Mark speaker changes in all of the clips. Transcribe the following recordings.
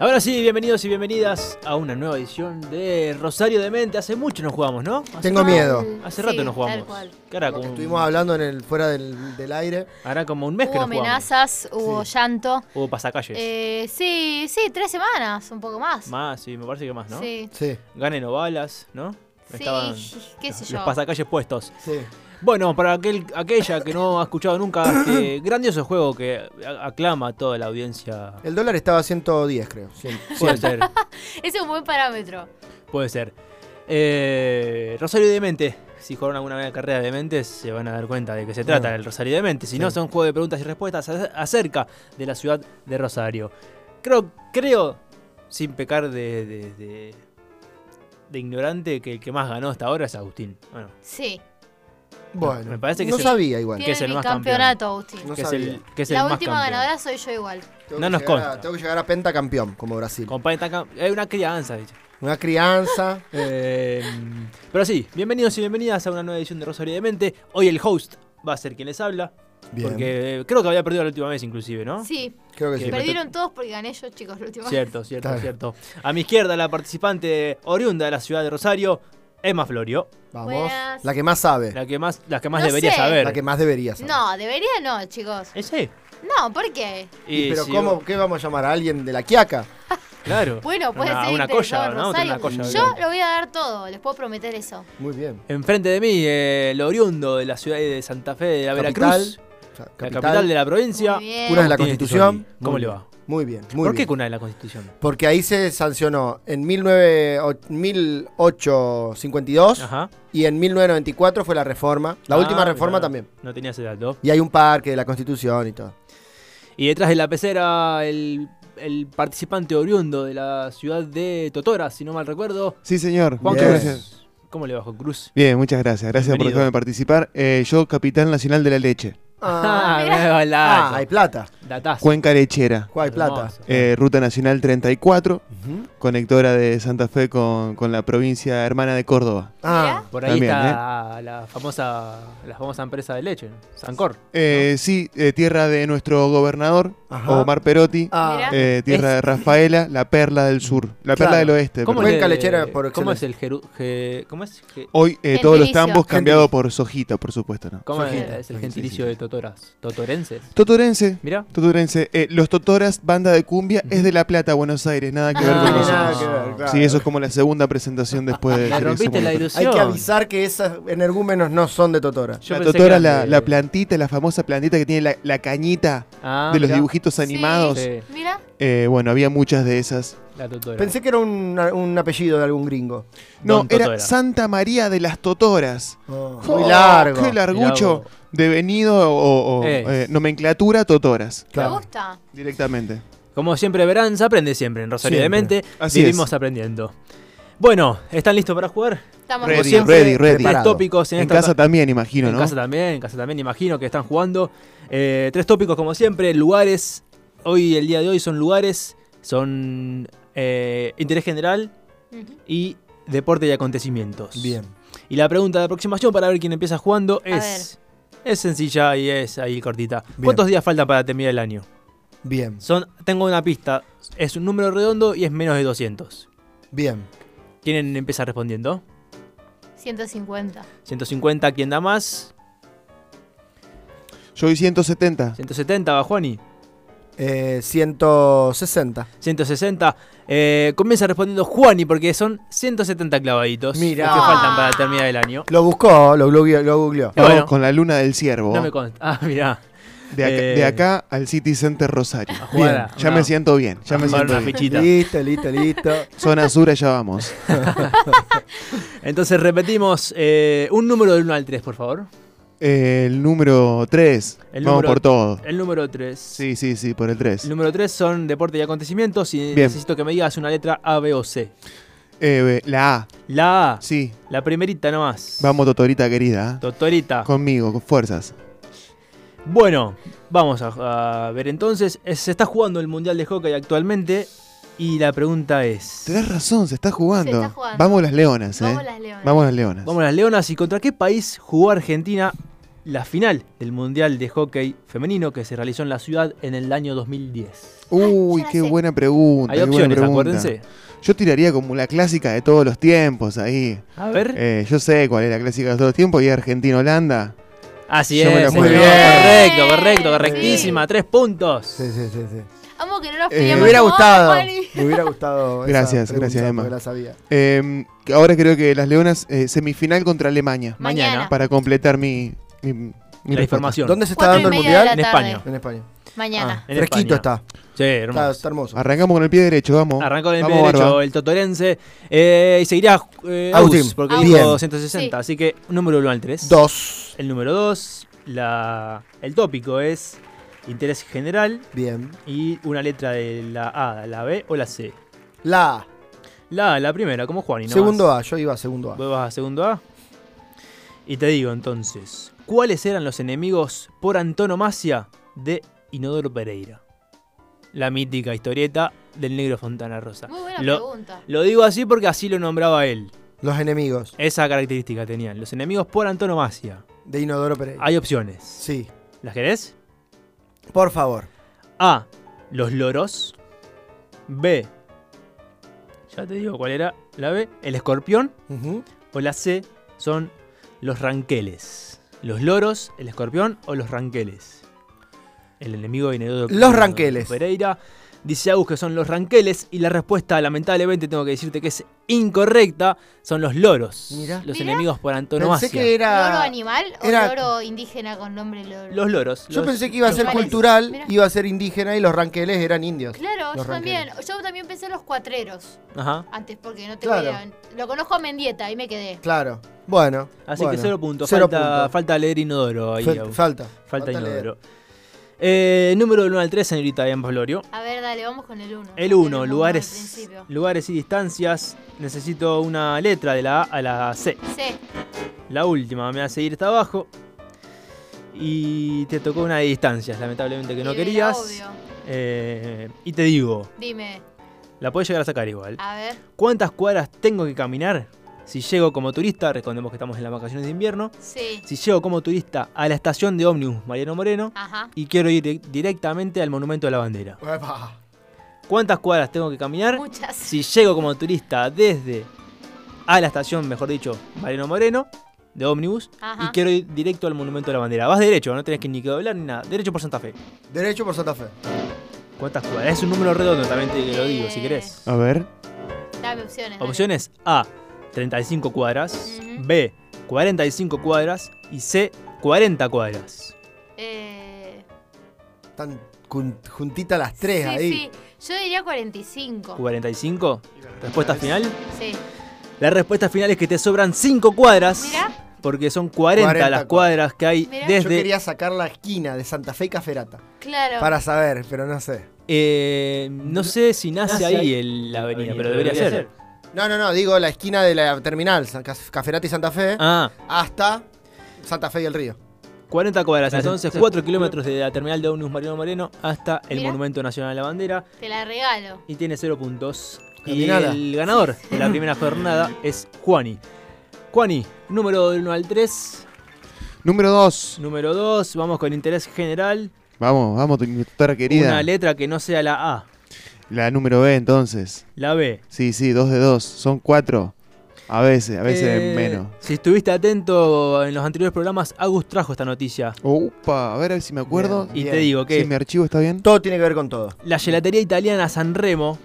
Speaker 1: Ahora sí, bienvenidos y bienvenidas a una nueva edición de Rosario de Mente. Hace mucho no jugamos, ¿no? Hace-
Speaker 2: Tengo miedo.
Speaker 1: Hace rato no jugamos.
Speaker 3: Tal cual.
Speaker 1: Cara,
Speaker 2: Porque
Speaker 1: como,
Speaker 2: Estuvimos hablando en el fuera del, del aire.
Speaker 1: hará como un mes que
Speaker 3: Hubo
Speaker 1: no jugamos.
Speaker 3: amenazas, hubo llanto.
Speaker 1: Hubo pasacalles.
Speaker 3: Eh, sí, sí, tres semanas, un poco más.
Speaker 1: Más, sí, me parece que más, ¿no?
Speaker 3: Sí,
Speaker 2: Sí,
Speaker 1: Ganen o balas, ¿no? Estaban
Speaker 3: sí, qué sé
Speaker 1: los
Speaker 3: yo.
Speaker 1: pasacalles puestos.
Speaker 2: sí.
Speaker 1: Bueno, para aquel, aquella que no ha escuchado nunca este grandioso juego que a- aclama a toda la audiencia.
Speaker 2: El dólar estaba a 110, creo. Cien-
Speaker 1: Puede ser,
Speaker 3: Ese es un buen parámetro.
Speaker 1: puede ser. Eh, Rosario de Mente. Si jugaron alguna vez la carrera de mentes, se van a dar cuenta de que se trata
Speaker 2: Ah.
Speaker 1: el Rosario de Mente. Si
Speaker 2: Sí.
Speaker 1: no, son juegos de preguntas y respuestas ac- acerca de la ciudad de Rosario. Creo, creo, sin pecar de, de- de- de ignorante, que el que más ganó hasta ahora es Agustín. Bueno,
Speaker 3: Sí,
Speaker 2: Bueno,
Speaker 1: Me parece que
Speaker 2: no
Speaker 1: se-
Speaker 2: sabía igual.
Speaker 1: Que
Speaker 3: tiene
Speaker 1: es el
Speaker 3: el
Speaker 1: más
Speaker 3: bicampeonato, Agustín.
Speaker 2: No
Speaker 1: que es el,
Speaker 2: sabía.
Speaker 1: que es el
Speaker 3: la
Speaker 1: más
Speaker 3: última
Speaker 1: campeón.
Speaker 3: ganadora soy yo igual.
Speaker 2: Tengo
Speaker 1: no
Speaker 2: que
Speaker 1: nos
Speaker 2: llegar a-
Speaker 1: consta.
Speaker 2: Tengo que llegar a pentacampeón como Brasil.
Speaker 1: Con Planeta Cam- Hay una crianza, ¿viste?
Speaker 2: Una crianza.
Speaker 1: Eh, pero sí, bienvenidos y bienvenidas a una nueva edición de Rosario de Mente. Hoy el host va a ser quien les habla.
Speaker 2: Bien.
Speaker 1: Porque creo que había perdido la última vez, inclusive, ¿no?
Speaker 3: Sí,
Speaker 2: Creo que
Speaker 1: que
Speaker 2: sí.
Speaker 1: me-
Speaker 3: perdieron todos porque gané yo, chicos, la última.
Speaker 1: Cierto, cierto,
Speaker 2: Claro.
Speaker 1: cierto. A mi izquierda, la participante oriunda de la ciudad de Rosario, Emma Florio.
Speaker 2: Vamos.
Speaker 3: Buenas.
Speaker 2: La que más sabe. La,
Speaker 1: La que más, la que más
Speaker 3: No
Speaker 1: debería
Speaker 3: sé.
Speaker 1: saber.
Speaker 2: que más debería saber.
Speaker 3: No, debería no, chicos.
Speaker 1: Ese.
Speaker 3: No, ¿por qué?
Speaker 2: Y pero
Speaker 1: si-
Speaker 2: ¿cómo, ¿qué vamos a llamar? ¿A alguien de la Quiaca?
Speaker 1: Claro.
Speaker 3: Bueno, puede
Speaker 1: una,
Speaker 3: ser
Speaker 1: una
Speaker 3: interesado
Speaker 1: colla,
Speaker 3: en
Speaker 1: ¿no?
Speaker 3: Rosario.
Speaker 1: Una colla,
Speaker 3: Yo lo voy a dar todo, les puedo prometer eso.
Speaker 2: Muy bien.
Speaker 1: Enfrente de mí, eh, el oriundo de la ciudad de Santa Fe de la Veracruz,
Speaker 2: Capital. o sea,
Speaker 1: la capital de la provincia.
Speaker 3: Muy bien.
Speaker 2: Cuna de la
Speaker 1: Agustín
Speaker 2: Constitución.
Speaker 1: Estizoli. ¿Cómo
Speaker 2: Muy
Speaker 1: le
Speaker 2: bien.
Speaker 1: va?
Speaker 2: Muy bien. Muy
Speaker 1: ¿Por
Speaker 2: bien.
Speaker 1: qué cuna de la Constitución?
Speaker 2: Porque ahí se sancionó en 19, o- 1852
Speaker 1: Ajá.
Speaker 2: y en 1994 fue la reforma. La
Speaker 1: Ah,
Speaker 2: última
Speaker 1: mirá,
Speaker 2: reforma también.
Speaker 1: No tenía ese dato.
Speaker 2: Y hay un parque de la Constitución y todo.
Speaker 1: Y detrás de la pecera, el, el participante oriundo de la ciudad de Totora, si no mal recuerdo,
Speaker 4: Sí, señor.
Speaker 1: Juan
Speaker 2: Bien.
Speaker 4: Muchas
Speaker 1: Cruz.
Speaker 4: gracias.
Speaker 1: ¿Cómo le bajó Cruz?
Speaker 4: Bien, muchas gracias. Gracias por
Speaker 1: Bienvenido.
Speaker 4: dejarme participar. Eh, yo, Capitán Nacional de la Leche.
Speaker 2: Ah,
Speaker 3: mirá.
Speaker 1: me va el
Speaker 2: ah,
Speaker 1: dato.
Speaker 2: hay plata.
Speaker 1: Datazo.
Speaker 4: Cuenca Lechera.
Speaker 2: Juega hay plata.
Speaker 1: Hermoso.
Speaker 4: Eh, ruta Nacional 34,
Speaker 2: Ujú.
Speaker 4: conectora de Santa Fe con, con la provincia hermana de Córdoba.
Speaker 2: Ah,
Speaker 1: Por ahí
Speaker 4: también,
Speaker 2: eh.
Speaker 1: está la, famosa, la famosa empresa de leche, ¿no? Sancor.
Speaker 4: Eh, Sí, eh, tierra de nuestro gobernador,
Speaker 2: Ajá.
Speaker 4: Omar Perotti.
Speaker 2: ah,
Speaker 3: Mirá.
Speaker 4: Eh, tierra de Rafaela, la perla del sur. La
Speaker 2: Claro.
Speaker 4: perla del oeste.
Speaker 1: ¿Cómo,
Speaker 4: perdón.
Speaker 2: Cuenca lechera por
Speaker 1: ¿Cómo es el Jeru, je- ¿Cómo es?
Speaker 2: Oh,
Speaker 1: Je-
Speaker 4: Hoy eh, todos los
Speaker 3: Gentilicio.
Speaker 4: tambos cambiados por Sojita, por supuesto. ¿no?
Speaker 1: ¿Cómo
Speaker 2: Sojita.
Speaker 1: es el
Speaker 4: Sojita,
Speaker 1: gentilicio
Speaker 4: sí,
Speaker 1: de Totoras? ¿Totorenses?
Speaker 4: Totorense.
Speaker 1: Mira.
Speaker 4: Totorense. Eh, los Totoras, banda de cumbia, es de La Plata, Buenos Aires. Nada que ver
Speaker 2: no
Speaker 4: con
Speaker 2: tiene
Speaker 4: nosotros.
Speaker 2: nada que ver, claro.
Speaker 4: Sí, eso es como la segunda presentación después
Speaker 2: Eh,
Speaker 4: de.
Speaker 1: La
Speaker 4: Jerry
Speaker 1: rompiste la
Speaker 4: Sumolito.
Speaker 1: ilusión.
Speaker 2: Hay que avisar que esos energúmenos no son de Totora.
Speaker 1: Yo
Speaker 4: La
Speaker 1: pensé que
Speaker 4: totora,
Speaker 1: eran
Speaker 4: la,
Speaker 1: de-
Speaker 4: la plantita, la famosa plantita que tiene la, la cañita
Speaker 1: Ah,
Speaker 4: de los
Speaker 1: mirá.
Speaker 4: dibujitos animados.
Speaker 1: Sí,
Speaker 3: Mira,
Speaker 4: Eh, bueno, había muchas de esas.
Speaker 1: la Totora.
Speaker 2: Pensé que era un, un apellido de algún gringo.
Speaker 4: No,
Speaker 1: Don
Speaker 4: era
Speaker 1: Totora.
Speaker 4: Santa María de las Totoras.
Speaker 2: muy
Speaker 4: ¡Oh,
Speaker 2: largo.
Speaker 4: Qué largucho.
Speaker 1: Mirá
Speaker 4: Devenido o, o,
Speaker 1: Es.
Speaker 4: eh, nomenclatura Totoras.
Speaker 2: Claro.
Speaker 3: me gusta.
Speaker 4: Directamente.
Speaker 1: Como siempre verán, se aprende siempre en Rosario
Speaker 2: Siempre.
Speaker 1: de Mente.
Speaker 4: Así
Speaker 1: vivimos
Speaker 4: es.
Speaker 1: aprendiendo. Bueno, ¿están listos para jugar?
Speaker 3: Estamos
Speaker 4: Ready,
Speaker 3: contentos.
Speaker 4: ready, ready.
Speaker 1: Tres
Speaker 2: Preparado.
Speaker 1: tópicos en,
Speaker 4: En
Speaker 1: esta
Speaker 4: casa también, imagino,
Speaker 1: en
Speaker 4: ¿no?
Speaker 1: casa también, en casa también, imagino que están jugando. Eh, tres tópicos como siempre, lugares. Hoy, el día de hoy, son lugares, son eh, interés general
Speaker 3: Ujú.
Speaker 1: y deporte y acontecimientos.
Speaker 2: Bien.
Speaker 1: Y la pregunta de aproximación para ver quién empieza jugando
Speaker 3: A
Speaker 1: es... Es sencilla y es ahí cortita.
Speaker 2: Bien.
Speaker 1: ¿Cuántos días faltan para terminar el año?
Speaker 2: Bien,
Speaker 1: Son, tengo una pista. Es un número redondo y es menos de 200.
Speaker 2: bien.
Speaker 1: ¿Quién empieza respondiendo?
Speaker 3: 150.
Speaker 1: 150, ¿quién da más?
Speaker 4: Yo hoy 170.
Speaker 1: 170, va Juani.
Speaker 2: Eh, 160.
Speaker 1: 160. Eh, comienza respondiendo Juani porque son 170 clavaditos.
Speaker 2: Mirá.
Speaker 1: Los que faltan para terminar el año.
Speaker 2: Lo buscó, lo googleó. Lo googleó.
Speaker 1: Bueno,
Speaker 4: Vamos con la luna del ciervo.
Speaker 1: no me consta. Ah, mirá.
Speaker 4: de, acá,
Speaker 1: eh.
Speaker 4: de acá al City Center Rosario.
Speaker 1: A jugar
Speaker 2: Bien,
Speaker 1: a-
Speaker 4: Ya
Speaker 1: una-
Speaker 4: me siento bien. Ya
Speaker 1: a
Speaker 4: me
Speaker 1: jugar
Speaker 4: siento
Speaker 1: una
Speaker 4: bien.
Speaker 1: fichita.
Speaker 2: Listo, listo, listo.
Speaker 4: Zona sur, allá vamos.
Speaker 1: Entonces repetimos eh, un número del 1 al 3, por favor.
Speaker 4: El número 3.
Speaker 1: El
Speaker 4: Vamos
Speaker 1: número-
Speaker 4: por todo.
Speaker 1: El número 3.
Speaker 4: Sí, sí, sí, por el 3.
Speaker 1: El número 3 son deporte y acontecimientos y
Speaker 4: Bien.
Speaker 1: necesito que me digas una letra A, B o C.
Speaker 4: Eh, la A.
Speaker 1: La A,
Speaker 4: Sí.
Speaker 1: la primerita nomás.
Speaker 4: Vamos, Totorita querida. ¿eh?
Speaker 1: Doctorita.
Speaker 4: Conmigo, con fuerzas.
Speaker 1: Bueno, vamos a, a ver entonces. Eh, Se está jugando el Mundial de Hockey actualmente. Y la pregunta es:
Speaker 4: Tenés razón, se está jugando.
Speaker 3: Se está jugando.
Speaker 4: Vamos las leonas, ¿eh?
Speaker 3: Vamos las leones.
Speaker 4: Vamos las leonas.
Speaker 1: Vamos a las Leonas. ¿Y contra qué país jugó Argentina la final del Mundial de Hockey Femenino que se realizó en la ciudad en el año 2010?
Speaker 4: Uy,
Speaker 3: Ya la
Speaker 4: qué
Speaker 3: sé.
Speaker 4: buena pregunta.
Speaker 1: Hay
Speaker 4: qué buena
Speaker 1: opciones,
Speaker 4: pregunta.
Speaker 1: acuérdense.
Speaker 4: Yo tiraría como la clásica de todos los tiempos ahí.
Speaker 1: A ver.
Speaker 4: Eh, yo sé cuál es la clásica de todos los tiempos y Argentina-Holanda.
Speaker 1: Así
Speaker 4: yo
Speaker 1: es.
Speaker 4: me la
Speaker 1: señor.
Speaker 4: juego.
Speaker 1: Correcto,
Speaker 3: Bien.
Speaker 1: correcto, correctísima. Tres puntos.
Speaker 2: Sí, sí, sí, sí.
Speaker 3: Vamos que no nos
Speaker 4: Eh,
Speaker 3: peleamos.
Speaker 2: Me hubiera
Speaker 3: como vos,
Speaker 2: gustado.
Speaker 3: Juani.
Speaker 2: Me hubiera gustado. esa
Speaker 4: Gracias,
Speaker 2: pregunta,
Speaker 4: gracias, Emma.
Speaker 2: porque la sabía.
Speaker 4: Eh, que ahora creo que las Leonas, eh, semifinal contra Alemania.
Speaker 1: Mañana.
Speaker 3: Mañana.
Speaker 4: Para completar mi, mi- mi
Speaker 1: La
Speaker 4: respuesta.
Speaker 1: información.
Speaker 2: ¿Dónde se está
Speaker 3: Cuatro y
Speaker 2: dando el
Speaker 3: media de
Speaker 2: mundial?
Speaker 3: la
Speaker 1: En
Speaker 3: tarde.
Speaker 1: España.
Speaker 2: En España.
Speaker 1: Ah,
Speaker 3: Mañana.
Speaker 1: en
Speaker 2: Fresquito
Speaker 1: España.
Speaker 2: está.
Speaker 1: Sí,
Speaker 2: Está,
Speaker 1: hermoso.
Speaker 2: está hermoso.
Speaker 4: Arrancamos con el pie derecho, vamos.
Speaker 1: Arrancó con el pie
Speaker 4: Vamos,
Speaker 1: derecho
Speaker 4: Barba.
Speaker 1: el totorense eh, y seguirá eh,
Speaker 2: Agustín. Ah,
Speaker 1: Agus, porque
Speaker 3: Agus.
Speaker 1: dijo
Speaker 2: Bien.
Speaker 1: 160.
Speaker 3: Sí.
Speaker 1: Así que número 1 al 3.
Speaker 2: Dos.
Speaker 1: El número 2, el tópico es interés general
Speaker 2: Bien.
Speaker 1: y una letra de la A, la B o la C.
Speaker 2: La A.
Speaker 1: La A, la primera, como Juan. Y no
Speaker 2: Segundo A. Yo iba a segundo A.
Speaker 1: Vos vas a segundo A. Y te digo entonces, ¿cuáles eran los enemigos por antonomasia de Inodoro Pereira? La mítica historieta del negro Fontana Rosa.
Speaker 3: Muy buena
Speaker 1: Lo-
Speaker 3: pregunta.
Speaker 1: Lo digo así porque así lo nombraba él.
Speaker 2: Los enemigos
Speaker 1: Esa característica tenían. Los enemigos por antonomasia.
Speaker 2: de Inodoro Pereira.
Speaker 1: Hay opciones.
Speaker 2: Sí.
Speaker 1: ¿Las querés?
Speaker 2: Por favor.
Speaker 1: A. Los loros. B. Ya te digo cuál era la B. El escorpión.
Speaker 2: Ujú.
Speaker 1: O la C. Son los ranqueles. Los loros, el escorpión o los ranqueles. El enemigo viene de
Speaker 2: Los ranqueles.
Speaker 1: Pereira. Dice Agus que son los ranqueles y la respuesta, lamentablemente, tengo que decirte que es incorrecta. Son los loros.
Speaker 2: Mirá.
Speaker 1: Los
Speaker 3: Mirá.
Speaker 1: enemigos por antonomasia.
Speaker 2: Pensé que
Speaker 3: ¿Loro
Speaker 2: era.
Speaker 3: animal o
Speaker 2: era-
Speaker 3: loro indígena con nombre loro?
Speaker 1: Los loros.
Speaker 2: Yo
Speaker 1: los-
Speaker 2: pensé que iba a
Speaker 1: los
Speaker 2: ser
Speaker 1: ranqueles.
Speaker 2: cultural,
Speaker 3: Mirá.
Speaker 2: iba a ser indígena y los ranqueles eran indios.
Speaker 3: Claro, yo
Speaker 2: Los
Speaker 3: también. Yo también pensé en los cuatreros
Speaker 1: Ajá.
Speaker 3: antes porque no te
Speaker 2: Claro.
Speaker 3: cuidaban. Lo conozco a Mendieta y me quedé.
Speaker 2: Claro. Bueno.
Speaker 1: Así
Speaker 2: bueno.
Speaker 1: que cero puntos.
Speaker 2: Cero
Speaker 1: falta,
Speaker 2: puntos.
Speaker 1: falta leer Inodoro ahí.
Speaker 2: Fe-
Speaker 1: Agus.
Speaker 2: falta.
Speaker 1: Falta
Speaker 2: leer.
Speaker 1: Inodoro. Eh, número del 1 al 3, señorita Ian Florio.
Speaker 3: A ver, dale, vamos con el 1.
Speaker 1: El 1, lugares, lugares y distancias. Necesito una letra de la A a la C.
Speaker 3: Sí,
Speaker 1: La última me hace ir hasta abajo. Y te tocó una de distancias, lamentablemente que no
Speaker 3: y
Speaker 1: querías.
Speaker 3: Obvio.
Speaker 1: Eh, y te digo,
Speaker 3: Dime,
Speaker 1: la puedes llegar a sacar igual.
Speaker 3: a ver.
Speaker 1: ¿Cuántas cuadras tengo que caminar? Si llego como turista, respondemos que estamos en las vacaciones de invierno.
Speaker 3: Sí,
Speaker 1: Si llego como turista a la estación de ómnibus Mariano Moreno
Speaker 3: ajá.
Speaker 1: y quiero ir di- directamente al Monumento de la Bandera.
Speaker 2: Epa.
Speaker 1: ¿Cuántas cuadras tengo que caminar?
Speaker 3: Muchas.
Speaker 1: Si llego como turista desde a la estación, mejor dicho, Mariano Moreno, de ómnibus, y
Speaker 3: Ajá.
Speaker 1: quiero ir directo al Monumento de la Bandera. Vas derecho, no tenés que ni que doblar ni nada. Derecho por Santa Fe.
Speaker 2: Derecho por Santa Fe.
Speaker 1: ¿Cuántas cuadras? Es un número redondo, también te lo digo, si querés.
Speaker 4: A ver.
Speaker 3: Dame opciones. dale.
Speaker 1: Opciones A, 35 cuadras.
Speaker 3: Ujú.
Speaker 1: B, 45 cuadras. Y C, 40 cuadras.
Speaker 3: Eh,
Speaker 2: Están cun- juntitas las tres
Speaker 3: sí,
Speaker 2: ahí.
Speaker 3: sí. Yo diría 45.
Speaker 1: 45. Respuesta final.
Speaker 3: Sí.
Speaker 1: La respuesta final es que te sobran 5 cuadras.
Speaker 3: Mirá.
Speaker 1: Porque son 40,
Speaker 2: 40
Speaker 1: las cuadras que hay
Speaker 3: Mirá.
Speaker 2: Yo
Speaker 1: desde
Speaker 2: quería sacar la esquina de Santa Fe y Caferata.
Speaker 3: Claro.
Speaker 2: Para saber, pero no sé.
Speaker 1: Eh, no sé si nace, ahí, el- la avenida, pero debería, ser.
Speaker 2: No, no, no, digo la esquina de la terminal, San- Cas- Caferata y Santa Fe,
Speaker 1: Ah,
Speaker 2: hasta Santa Fe y el río.
Speaker 1: 40 cuadras, entonces
Speaker 5: sí.
Speaker 1: 4 kilómetros de la terminal de Omnibus Mariano Moreno hasta el
Speaker 3: Mirá.
Speaker 1: Monumento Nacional de la Bandera
Speaker 3: Te la regalo.
Speaker 1: y tiene 0 puntos. Y
Speaker 2: Caminala.
Speaker 1: el ganador de la primera jornada es Juani. Juani, número del 1 al 3,
Speaker 4: Número 2.
Speaker 1: número 2, vamos con interés general,
Speaker 4: Vamos, vamos, tu doctora querida.
Speaker 1: una letra que no sea la A,
Speaker 4: La número B, entonces.
Speaker 1: la B.
Speaker 4: Sí, sí, dos de dos. Son cuatro. A veces, a veces
Speaker 1: Eh,
Speaker 4: menos.
Speaker 1: Si estuviste atento en los anteriores programas, Agus trajo esta noticia.
Speaker 4: Upa, a ver, a ver si me acuerdo.
Speaker 1: Y
Speaker 2: Bien.
Speaker 1: te digo que
Speaker 4: Si mi archivo está bien.
Speaker 2: Todo tiene que ver con todo.
Speaker 1: la gelatería italiana Sanremo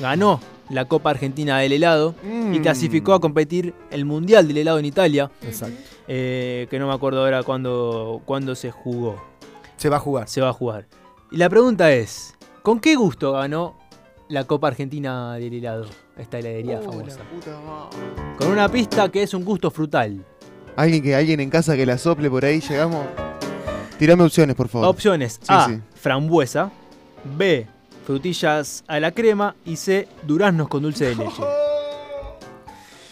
Speaker 1: ganó la Copa Argentina del helado y
Speaker 4: Mm.
Speaker 1: clasificó a competir el Mundial del helado en Italia,
Speaker 2: Exacto.
Speaker 1: eh, que no me acuerdo ahora cuándo, cuándo se jugó,
Speaker 2: Se va a jugar.
Speaker 1: se va a jugar. Y la pregunta es, ¿con qué gusto ganó la Copa Argentina del helado, esta heladería famosa? Con una pista que es un gusto frutal.
Speaker 4: Alguien que alguien en casa que la sople por ahí, llegamos. Tirame opciones, por favor.
Speaker 1: Opciones
Speaker 4: Sí,
Speaker 1: A,
Speaker 4: sí.
Speaker 1: frambuesa, B, frutillas a la crema y C, duraznos con dulce de leche.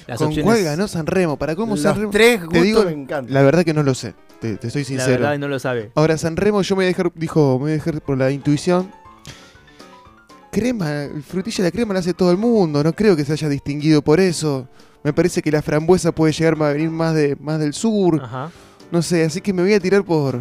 Speaker 1: Las
Speaker 4: ¿Con
Speaker 1: opciones-
Speaker 4: cuál ganó Sanremo? ¿Para cómo
Speaker 2: Los
Speaker 4: Sanremo?
Speaker 2: tres gustos
Speaker 4: digo-
Speaker 2: me encantan.
Speaker 4: La verdad que no lo sé. Te, te soy
Speaker 1: La
Speaker 4: sincero.
Speaker 1: verdad no lo sabe.
Speaker 4: Ahora, Sanremo, yo me voy a dejar, dijo, me voy a dejar por la intuición. Crema, el frutilla de crema la hace todo el mundo, no creo que se haya
Speaker 1: Ah.
Speaker 4: distinguido por eso. Me parece que la frambuesa puede llegar a venir más, de, más del sur.
Speaker 1: Ajá.
Speaker 4: No sé, así que me voy a tirar por.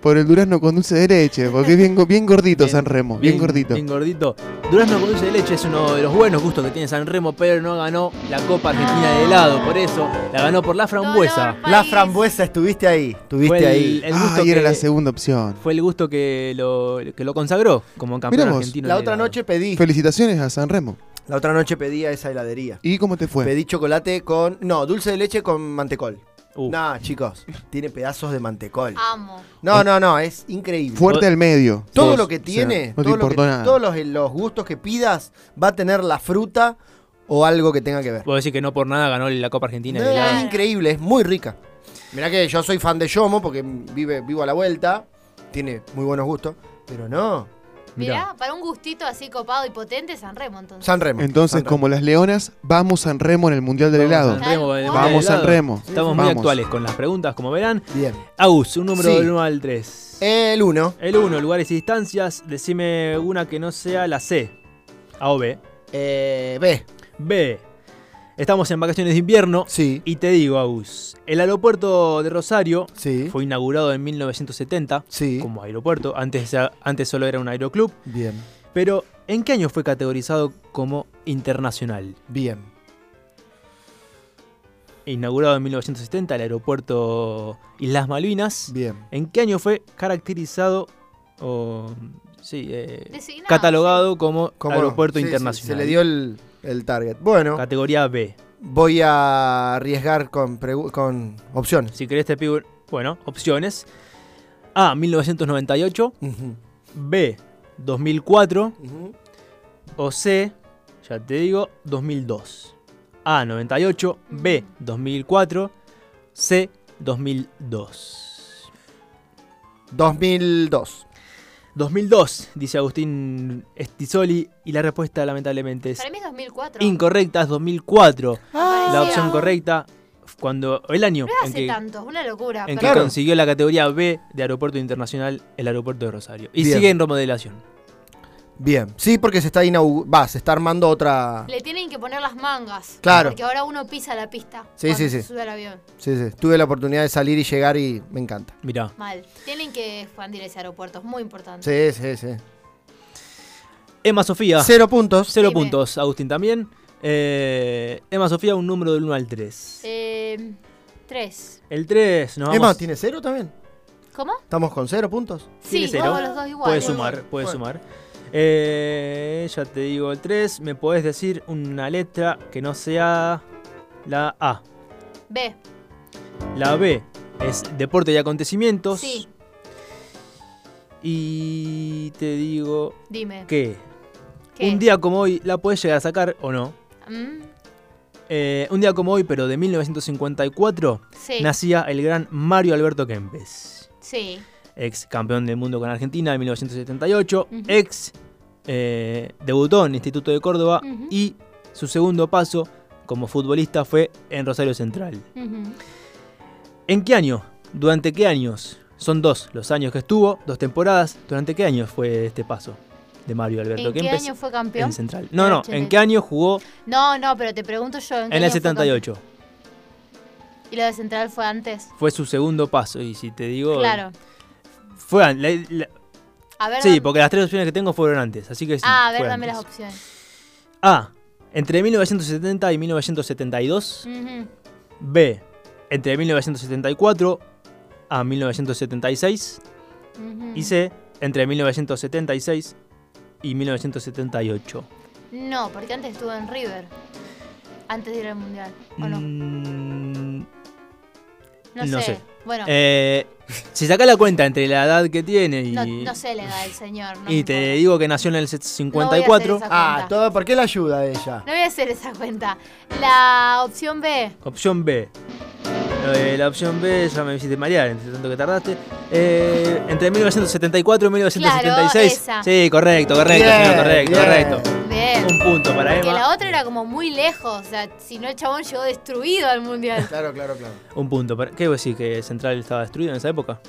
Speaker 4: Por el durazno con dulce de leche, porque es bien, go- bien gordito
Speaker 1: Bien,
Speaker 4: San Remo, bien, gordito.
Speaker 1: Bien gordito. Durazno con dulce de leche es uno de los buenos gustos que tiene San Remo, pero no ganó la Copa Argentina de helado, por eso la ganó por la frambuesa.
Speaker 2: La
Speaker 3: país.
Speaker 2: frambuesa, estuviste ahí. Estuviste
Speaker 1: Fue
Speaker 2: ahí.
Speaker 1: el gusto
Speaker 4: ah, y era
Speaker 1: que-
Speaker 4: la segunda opción.
Speaker 1: Fue el gusto que lo, que lo consagró como campeón
Speaker 4: Mirá vos.
Speaker 1: argentino.
Speaker 2: La
Speaker 1: de
Speaker 2: otra
Speaker 1: helado.
Speaker 2: noche pedí.
Speaker 4: Felicitaciones a San Remo.
Speaker 2: La otra noche pedí a esa heladería.
Speaker 4: ¿Y cómo te fue?
Speaker 2: Pedí chocolate con. No, dulce de leche con mantecol.
Speaker 1: Uh,
Speaker 2: No, chicos. Tiene pedazos de mantecol.
Speaker 3: Amo.
Speaker 2: No, no, no. Es increíble.
Speaker 4: Fuerte al medio.
Speaker 2: Todo
Speaker 1: Vos,
Speaker 2: lo que
Speaker 4: o sea,
Speaker 2: tiene,
Speaker 4: no
Speaker 2: todo lo
Speaker 4: te
Speaker 2: que-
Speaker 4: importó nada.
Speaker 2: todos los, eh, los gustos que pidas, va a tener la fruta o algo que tenga que ver.
Speaker 1: Vos decís que no por nada ganó la Copa Argentina de
Speaker 2: No,
Speaker 1: helado.
Speaker 2: es increíble, es muy rica. Mirá que yo soy fan de Yomo porque vive, vivo a la vuelta, tiene muy buenos gustos, pero no.
Speaker 1: Mirá.
Speaker 3: Mirá, para un gustito así copado y potente, San Remo entonces.
Speaker 2: San Remo.
Speaker 4: Entonces,
Speaker 2: San Remo.
Speaker 4: como las leonas, vamos San Remo en el Mundial del
Speaker 1: Vamos,
Speaker 4: Helado.
Speaker 1: San Remo,
Speaker 3: Tal
Speaker 1: el
Speaker 3: cual.
Speaker 1: Mundial
Speaker 4: Vamos
Speaker 1: de
Speaker 4: San
Speaker 1: helado.
Speaker 4: Remo.
Speaker 1: Estamos muy
Speaker 4: Vamos.
Speaker 1: actuales con las preguntas, como verán.
Speaker 2: Bien.
Speaker 1: Agus, un número
Speaker 2: Sí.
Speaker 1: del 1 al 3.
Speaker 2: El 1,
Speaker 1: El 1, lugares y distancias. Decime una que no sea la C. A o B.
Speaker 2: eh, B.
Speaker 1: B. Estamos en vacaciones de invierno.
Speaker 2: Sí.
Speaker 1: Y te digo, Agus, el aeropuerto de Rosario
Speaker 2: Sí.
Speaker 1: fue inaugurado en 1970
Speaker 2: Sí.
Speaker 1: como aeropuerto. Antes, era- antes solo era un aeroclub.
Speaker 2: Bien.
Speaker 1: Pero, ¿en qué año fue categorizado como internacional?
Speaker 2: Bien.
Speaker 1: Inaugurado en 1970 el aeropuerto Islas Malvinas.
Speaker 2: Bien.
Speaker 1: ¿En qué año fue caracterizado o sí, eh,
Speaker 3: Designado,
Speaker 1: catalogado como
Speaker 2: ¿Cómo no?
Speaker 1: aeropuerto
Speaker 2: Sí, sí,
Speaker 1: internacional?
Speaker 2: se le dio el, el target. Bueno,
Speaker 1: categoría B.
Speaker 2: voy a arriesgar con, pregu- con opciones.
Speaker 1: Si querés te pido, bueno, opciones. A 1998,
Speaker 2: Ujú,
Speaker 1: B 2004
Speaker 2: ujú.
Speaker 1: o C, ya te digo, 2002. A 98, B 2004, C 2002.
Speaker 2: 2002.
Speaker 1: 2002, dice Agustín Estisoli, y la respuesta lamentablemente es
Speaker 3: Para mí es 2004.
Speaker 1: incorrecta, es 2004.
Speaker 3: Ah.
Speaker 1: La opción correcta, cuando el año
Speaker 3: No
Speaker 1: en
Speaker 3: hace
Speaker 1: que,
Speaker 3: tanto, es una locura.
Speaker 1: en que
Speaker 3: pero-
Speaker 2: Claro.
Speaker 1: consiguió la categoría B de Aeropuerto Internacional, el Aeropuerto de Rosario. Y
Speaker 2: Bien.
Speaker 1: sigue en remodelación.
Speaker 2: Bien. Sí, porque se está inaugu- va, se está armando otra.
Speaker 3: Le tienen que poner las mangas.
Speaker 2: Claro.
Speaker 3: Porque ahora uno pisa la pista.
Speaker 2: Sí,
Speaker 3: cuando
Speaker 2: sí,
Speaker 3: se
Speaker 2: sí.
Speaker 3: Sube al avión.
Speaker 2: Sí, sí. Tuve la oportunidad de salir y llegar y me encanta.
Speaker 1: Mirá.
Speaker 3: Mal. Tienen que expandir ese aeropuerto, es muy importante.
Speaker 2: Sí, sí, sí.
Speaker 1: Emma Sofía,
Speaker 2: Cero puntos.
Speaker 1: cero
Speaker 3: Dime.
Speaker 1: puntos, Agustín también. Eh, Emma Sofía, un número del 1 al 3.
Speaker 3: Eh, tres.
Speaker 1: El 3, nos
Speaker 2: Emma,
Speaker 1: vamos.
Speaker 2: ¿tiene cero también?
Speaker 3: ¿Cómo?
Speaker 2: ¿Estamos con cero puntos?
Speaker 1: Tiene
Speaker 3: Sí,
Speaker 1: cero.
Speaker 3: todos los dos iguales.
Speaker 1: Puede sumar, puede
Speaker 2: Bueno.
Speaker 1: sumar. Eh, ya te digo el 3. Me podés decir una letra que no sea la A.
Speaker 3: B.
Speaker 1: La B es deporte y acontecimientos.
Speaker 3: Sí,
Speaker 1: Y te digo
Speaker 3: dime.
Speaker 1: que
Speaker 3: ¿Qué?
Speaker 1: un día como hoy la podés llegar a sacar o no.
Speaker 3: Mm,
Speaker 1: Eh, un día como hoy, pero de 1954,
Speaker 3: sí.
Speaker 1: nacía el gran Mario Alberto Kempes.
Speaker 3: sí.
Speaker 1: ex campeón del mundo con Argentina en 1978,
Speaker 3: Ujú.
Speaker 1: ex eh, debutó en Instituto de Córdoba
Speaker 3: Ujú.
Speaker 1: y su segundo paso como futbolista fue en Rosario Central.
Speaker 3: Ujú.
Speaker 1: ¿En qué año? ¿Durante qué años? Son dos los años que estuvo, dos temporadas. ¿Durante qué años fue este paso de Mario Alberto
Speaker 3: ¿En qué
Speaker 1: Kempes
Speaker 3: año fue
Speaker 1: en
Speaker 3: campeón?
Speaker 1: Central? No, no,
Speaker 3: Ochenta y-
Speaker 1: ¿en qué año jugó
Speaker 3: No, no, pero te pregunto yo. ¿en, qué
Speaker 1: en el
Speaker 3: año fue
Speaker 1: 78?
Speaker 3: campeón? ¿Y lo de Central fue antes?
Speaker 1: Fue su segundo paso y si te digo...
Speaker 3: Claro.
Speaker 1: Fue, an- la- la-
Speaker 3: A ver.
Speaker 1: sí,
Speaker 3: dame-
Speaker 1: porque las tres opciones que tengo fueron antes, así que sí.
Speaker 3: ah, a ver,
Speaker 1: fue
Speaker 3: dame las
Speaker 1: antes.
Speaker 3: opciones.
Speaker 1: A. Entre 1970 y 1972.
Speaker 3: Ujú.
Speaker 1: B. Entre 1974 a 1976.
Speaker 3: Ujú.
Speaker 1: Y C. Entre 1976 y 1978.
Speaker 3: No, porque antes estuvo en River. Antes de ir al mundial. ¿O no?
Speaker 1: Mm,
Speaker 3: No,
Speaker 1: no
Speaker 3: sé.
Speaker 1: sé.
Speaker 3: Bueno,
Speaker 1: eh, si sacás la cuenta entre la edad que tiene y,
Speaker 3: no, no sé la edad del señor. no
Speaker 1: y
Speaker 3: me
Speaker 1: te
Speaker 3: importa.
Speaker 1: digo que nació en el
Speaker 3: No
Speaker 1: 54,
Speaker 3: voy a hacer
Speaker 2: Ah,
Speaker 3: esa cuenta.
Speaker 2: todo, ¿por qué la ayuda ella?
Speaker 3: No voy a hacer esa cuenta. La opción B.
Speaker 1: opción B. Eh, la opción B ya me hiciste marear, entre tanto que tardaste. Eh, entre 1974 y 1976.
Speaker 3: esa.
Speaker 1: Sí, correcto, correcto,
Speaker 2: Bien,
Speaker 1: señor, correcto,
Speaker 2: bien.
Speaker 1: correcto.
Speaker 3: Bien.
Speaker 1: Un punto para
Speaker 3: Porque
Speaker 1: Emma.
Speaker 3: la otra era como muy lejos. O sea, si no, el chabón llegó destruido al mundial.
Speaker 2: Claro, claro, claro.
Speaker 1: Un punto para. ¿Qué vos decís? ¿Que Central estaba destruido en esa época?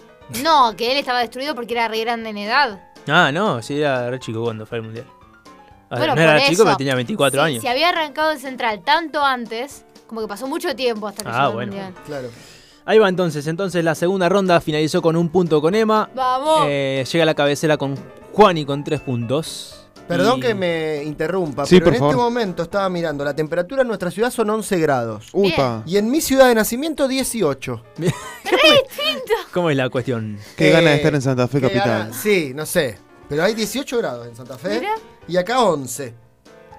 Speaker 3: No, que él estaba destruido porque era re grande en edad.
Speaker 1: Ah, no, sí, era re chico cuando fue al mundial. A ver,
Speaker 3: Bueno,
Speaker 1: no era
Speaker 3: por
Speaker 1: chico,
Speaker 3: eso.
Speaker 1: pero tenía 24
Speaker 3: Sí,
Speaker 1: años.
Speaker 3: Si había arrancado en Central tanto antes, como que pasó mucho tiempo hasta que
Speaker 1: Ah,
Speaker 3: llegó al
Speaker 1: bueno.
Speaker 3: mundial.
Speaker 2: Claro.
Speaker 1: Ahí va entonces. Entonces la segunda ronda finalizó con un punto con Emma.
Speaker 3: Vamos.
Speaker 1: Eh, llega a la cabecera con Juani con tres puntos.
Speaker 2: Perdón
Speaker 1: Y-
Speaker 2: que me interrumpa,
Speaker 4: Sí,
Speaker 2: pero
Speaker 4: por
Speaker 2: en
Speaker 4: favor.
Speaker 2: este momento estaba mirando, la temperatura en nuestra ciudad son 11 grados.
Speaker 4: Upa,
Speaker 2: Y en mi ciudad de nacimiento, 18.
Speaker 1: ¿Cómo es la cuestión?
Speaker 4: qué
Speaker 2: Eh,
Speaker 4: ganas de estar en Santa Fe
Speaker 2: Qué
Speaker 4: Capital.
Speaker 2: gana- Sí, no sé. Pero hay 18 grados en Santa Fe.
Speaker 3: Mira.
Speaker 2: Y acá 11.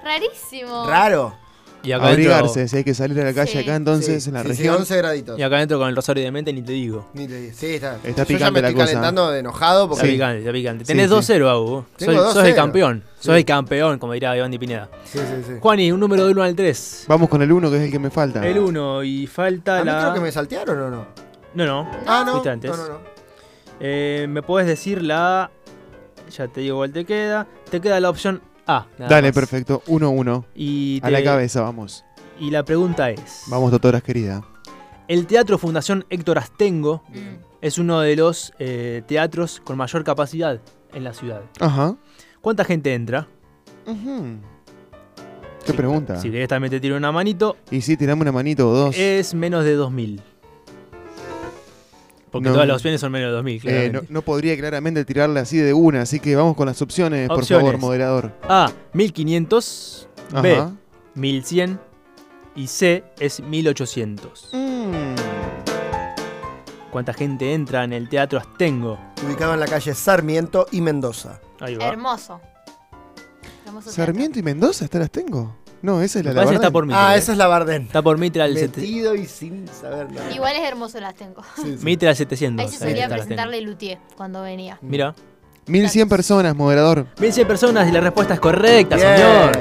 Speaker 3: Rarísimo.
Speaker 2: Raro.
Speaker 1: Y acá,
Speaker 4: Abrigarse,
Speaker 1: entro,
Speaker 4: si hay que salir a la calle
Speaker 3: Sí.
Speaker 4: acá entonces,
Speaker 2: Sí,
Speaker 4: en la
Speaker 2: sí, sí,
Speaker 4: región.
Speaker 2: 11 graditos.
Speaker 1: y acá entro con el rosario de mente, ni te digo.
Speaker 2: Ni te- Sí, está.
Speaker 4: Está
Speaker 2: Yo ya
Speaker 4: picante
Speaker 2: me
Speaker 4: la
Speaker 2: estoy
Speaker 4: cosa.
Speaker 2: calentando de enojado
Speaker 1: Está
Speaker 2: porque.
Speaker 1: picante, está picante.
Speaker 4: Sí,
Speaker 1: Tenés
Speaker 4: sí.
Speaker 1: 2-0, Abu.
Speaker 2: Tengo
Speaker 1: Soy, sos
Speaker 2: 2-0.
Speaker 1: el campeón. Soy
Speaker 2: Sí.
Speaker 1: el campeón, como dirá Iván Di Pineda.
Speaker 2: Sí, sí, sí.
Speaker 1: Juani, un número del 1 al 3.
Speaker 4: Vamos con el uno que es el que me falta.
Speaker 1: El 1 y falta
Speaker 2: A mí
Speaker 1: la.
Speaker 2: creo que me saltearon o no.
Speaker 1: No, no.
Speaker 2: Ah, no.
Speaker 1: Fuiste antes.
Speaker 2: No, no, no.
Speaker 1: Eh, me podés decir la. Ya te digo cuál te queda. Te queda la opción A. nada
Speaker 4: Dale,
Speaker 1: más.
Speaker 4: perfecto. 1-1. Uno, uno.
Speaker 1: Y
Speaker 4: A la
Speaker 1: te-
Speaker 4: cabeza, vamos.
Speaker 1: Y la pregunta es:
Speaker 4: Vamos, doctoras querida.
Speaker 1: El Teatro Fundación Héctor Astengo
Speaker 3: Mm.
Speaker 1: es uno de los eh, teatros con mayor capacidad en la ciudad.
Speaker 4: Ajá.
Speaker 1: ¿Cuánta gente entra?
Speaker 4: Ujú. ¿Qué pregunta?
Speaker 1: Si querés también te tiro una manito,
Speaker 4: Y sí, tirame una manito o dos. Eh,
Speaker 1: es menos de 2.000. Porque
Speaker 4: No.
Speaker 1: todas las opciones son menos de 2.000,
Speaker 4: Eh,
Speaker 1: claramente.
Speaker 4: no, no podría claramente tirarle así de una, así que vamos con las opciones, por
Speaker 1: Opciones.
Speaker 4: favor, moderador.
Speaker 1: A, 1.500.
Speaker 4: Ajá.
Speaker 1: Ah, B, 1.100. Y C es 1.800.
Speaker 4: Mm.
Speaker 1: ¿Cuánta gente entra en el Teatro Astengo?
Speaker 2: Ubicado en la calle Sarmiento y Mendoza.
Speaker 1: Ahí va.
Speaker 3: Hermoso. Hermoso teatro.
Speaker 4: Sarmiento y Mendoza, ¿estas las tengo? No, esa es la
Speaker 1: Me parece que está
Speaker 4: Labardén.
Speaker 1: por Mitra.
Speaker 2: Ah,
Speaker 1: eh.
Speaker 2: esa es la Barden.
Speaker 1: Está por Mitra al, sete-
Speaker 2: Metido y sin saber nada.
Speaker 3: Igual es hermoso las tengo.
Speaker 2: Sí, sí.
Speaker 1: Mitra al
Speaker 3: Ahí
Speaker 1: 700.
Speaker 3: se solía
Speaker 1: está la
Speaker 3: presentarle Lutier cuando venía.
Speaker 1: gente. Mira.
Speaker 4: 1100 personas, moderador.
Speaker 1: 1.100 personas y la respuesta es correcta,
Speaker 2: Bien.
Speaker 1: señor.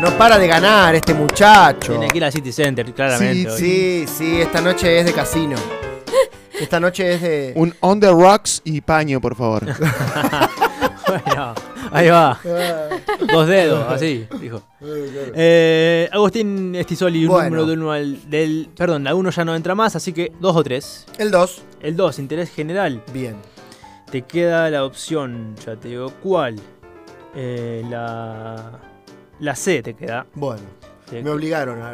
Speaker 2: No para de ganar este muchacho.
Speaker 1: Tiene que ir a City Center, claramente. hoy.
Speaker 2: Sí, sí, esta noche es de casino. Esta noche es de.
Speaker 4: Un on the rocks y paño, por favor.
Speaker 1: Bueno, ahí va.
Speaker 2: Ah,
Speaker 1: Dos dedos, así, dijo.
Speaker 2: claro.
Speaker 1: Eh, Agustín Estisoli, un
Speaker 2: Bueno.
Speaker 1: número del uno al. Del, perdón, la 1 ya no entra más, así que dos o tres.
Speaker 2: El 2.
Speaker 1: El 2, interés general.
Speaker 2: Bien.
Speaker 1: Te queda la opción, ya te digo cuál. Eh, la. La C te queda.
Speaker 2: Bueno.
Speaker 1: Te-
Speaker 2: Me obligaron a,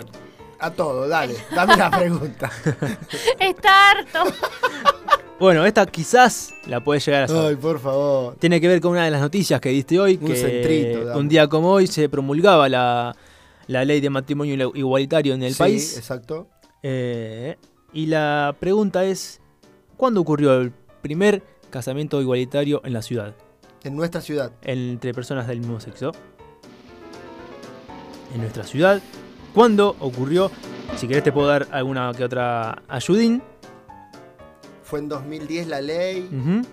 Speaker 2: a todo. Dale, dame la pregunta.
Speaker 3: Está harto.
Speaker 1: Bueno, esta quizás la puedes llegar a saber.
Speaker 2: Ay, por favor.
Speaker 1: Tiene que ver con una de las noticias que diste hoy,
Speaker 2: Un
Speaker 1: que
Speaker 2: centrito, dame.
Speaker 1: un día como hoy se promulgaba la, la ley de matrimonio igualitario en el
Speaker 2: Sí,
Speaker 1: país.
Speaker 2: Exacto.
Speaker 1: Eh, y la pregunta es, ¿cuándo ocurrió el primer casamiento igualitario en la ciudad?
Speaker 2: En nuestra ciudad.
Speaker 1: Entre personas del mismo sexo. En nuestra ciudad. ¿Cuándo ocurrió? Si querés te puedo dar alguna que otra ayudín.
Speaker 2: Fue en 2010 la ley.
Speaker 1: Ujú.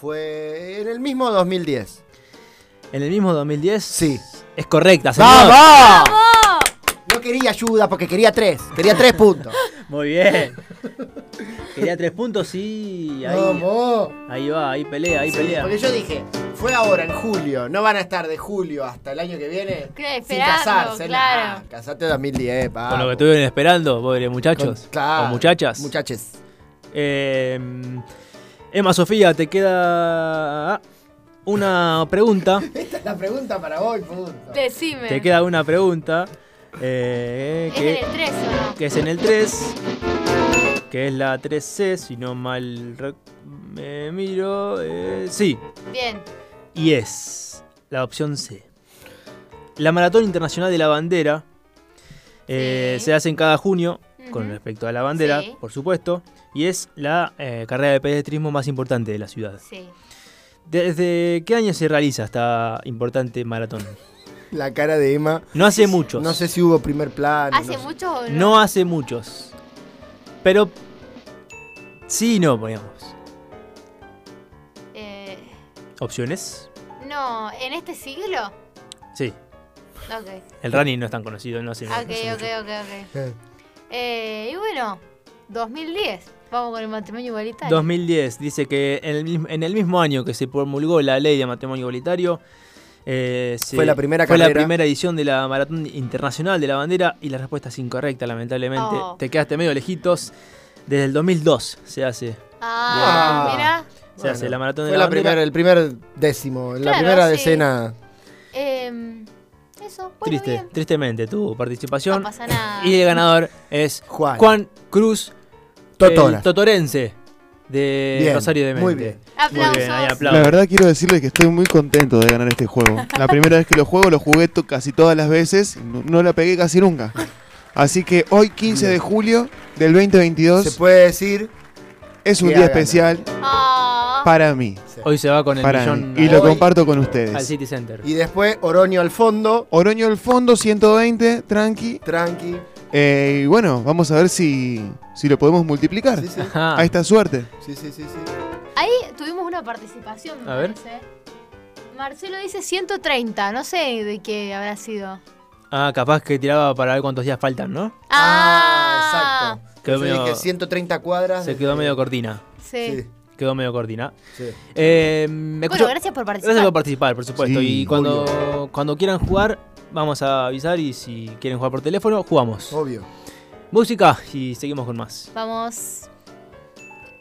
Speaker 2: Fue en el mismo 2010.
Speaker 1: En el mismo 2010.
Speaker 2: Sí.
Speaker 1: Es correcta, señor.
Speaker 2: ¡Vamos! No quería ayuda porque quería tres. Quería tres puntos.
Speaker 1: Muy bien. Quería tres puntos y ahí,
Speaker 2: ¡Vamos!
Speaker 1: ahí va, ahí pelea, ahí
Speaker 2: Sí,
Speaker 1: pelea.
Speaker 2: Porque yo dije, fue ahora, en julio. No van a estar de julio hasta el año que viene.
Speaker 3: Claro,
Speaker 2: sin
Speaker 3: esperando,
Speaker 2: casarse.
Speaker 3: claro.
Speaker 2: nah, casate 2010, pa.
Speaker 1: Con lo que estuvieron esperando, pobres muchachos.
Speaker 2: claro,
Speaker 1: o muchachas.
Speaker 2: Muchaches.
Speaker 1: Eh, Emma Sofía, te queda una pregunta.
Speaker 2: Esta es la pregunta para hoy, punto.
Speaker 3: Decime.
Speaker 1: te queda una pregunta. eh,
Speaker 3: ¿Es en
Speaker 1: que,
Speaker 3: el 3 o no?
Speaker 1: que es en el 3. Que es la 3C, si no mal rec- me miro. eh, sí,
Speaker 3: Bien.
Speaker 1: Y es la opción C. La Maratón Internacional de la Bandera eh,
Speaker 3: Sí.
Speaker 1: se hace en cada junio, con
Speaker 3: Ujú.
Speaker 1: respecto a la bandera,
Speaker 3: Sí.
Speaker 1: por supuesto, y es la eh, carrera de pedestrismo más importante de la ciudad.
Speaker 3: Sí.
Speaker 1: ¿Desde qué año se realiza esta importante maratón?
Speaker 2: La cara de Emma.
Speaker 1: No hace muchos.
Speaker 2: No sé si hubo primer plano.
Speaker 3: ¿Hace
Speaker 2: Ah, no sé.
Speaker 3: mucho o no?
Speaker 1: No hace muchos. Pero sí y no, poníamos.
Speaker 3: Eh,
Speaker 1: ¿Opciones?
Speaker 3: no, ¿en este siglo?
Speaker 1: Sí.
Speaker 3: Ok,
Speaker 1: El running no es tan conocido, no hace, no
Speaker 3: ok,
Speaker 1: hace
Speaker 3: ok,
Speaker 1: mucho.
Speaker 3: ok. ok.
Speaker 2: Eh,
Speaker 3: Eh, y bueno, 2010. Vamos con el matrimonio igualitario.
Speaker 1: 2010 dice que en el, mismo, en el mismo año que se promulgó la ley de matrimonio igualitario, eh, se-
Speaker 2: Fue la primera
Speaker 1: fue la
Speaker 2: carrera.
Speaker 1: primera edición de la Maratón Internacional de la Bandera y la respuesta es incorrecta, lamentablemente.
Speaker 3: Oh.
Speaker 1: Te quedaste medio lejitos. Desde el 2002 se hace,
Speaker 3: Ah,
Speaker 2: Wow.
Speaker 3: mira.
Speaker 1: se
Speaker 2: Bueno,
Speaker 1: hace la Maratón de
Speaker 2: Fue
Speaker 1: la,
Speaker 2: la
Speaker 1: Bandera.
Speaker 2: primera, el primer décimo, la
Speaker 3: Claro,
Speaker 2: primera
Speaker 3: sí.
Speaker 2: decena.
Speaker 3: Em, eso, bueno,
Speaker 1: Triste,
Speaker 3: bien.
Speaker 1: tristemente tu participación.
Speaker 3: No pasa nada.
Speaker 1: y el ganador es
Speaker 2: Juan.
Speaker 1: Juan Cruz
Speaker 2: Totora.
Speaker 1: El totorense de
Speaker 2: Bien,
Speaker 1: eh, Rosario de Mente.
Speaker 2: muy bien.
Speaker 1: Muy
Speaker 3: Aplausos.
Speaker 1: bien, ahí aplauso.
Speaker 4: La verdad quiero decirles que estoy muy contento de ganar este juego. La primera vez que lo juego lo jugué to- casi todas las veces, y no, no la pegué casi nunca. Así que hoy 15 de julio del
Speaker 2: Se
Speaker 4: 2022
Speaker 2: puede decir.
Speaker 4: es un
Speaker 2: que
Speaker 4: día
Speaker 2: hagan.
Speaker 4: especial
Speaker 3: Ah.
Speaker 4: para mí.
Speaker 1: Hoy se va con el
Speaker 4: Para
Speaker 1: millón
Speaker 4: mí. Y lo
Speaker 2: Hoy-
Speaker 4: comparto con
Speaker 1: al
Speaker 4: ustedes.
Speaker 1: City Center.
Speaker 2: Y después Oroño al fondo.
Speaker 4: Oroño al fondo, 120, tranqui.
Speaker 2: Tranqui.
Speaker 4: Eh, y bueno, vamos a ver si, si lo podemos multiplicar
Speaker 2: Sí, sí,
Speaker 1: Ajá.
Speaker 4: a esta suerte.
Speaker 2: sí, sí, sí, sí.
Speaker 3: Ahí tuvimos una participación, me
Speaker 1: A ver.
Speaker 3: parece. Marcelo dice 130, no sé de qué habrá sido.
Speaker 1: Ah, capaz que tiraba para ver cuántos días faltan, ¿no?
Speaker 2: Ah, exacto.
Speaker 1: Quedó
Speaker 2: Yo
Speaker 1: medio-
Speaker 2: dije 130 cuadras.
Speaker 1: Se
Speaker 2: de-
Speaker 1: quedó medio cortina.
Speaker 3: Sí.
Speaker 2: Sí,
Speaker 1: Quedó medio cortina.
Speaker 2: sí.
Speaker 1: Eh, me escuchó-
Speaker 3: Bueno, gracias por participar.
Speaker 1: Gracias por participar, por supuesto.
Speaker 4: Sí,
Speaker 1: y cuando, cuando quieran jugar, vamos a avisar y si quieren jugar por teléfono, jugamos.
Speaker 2: Obvio.
Speaker 1: Música y seguimos con más.
Speaker 3: Vamos.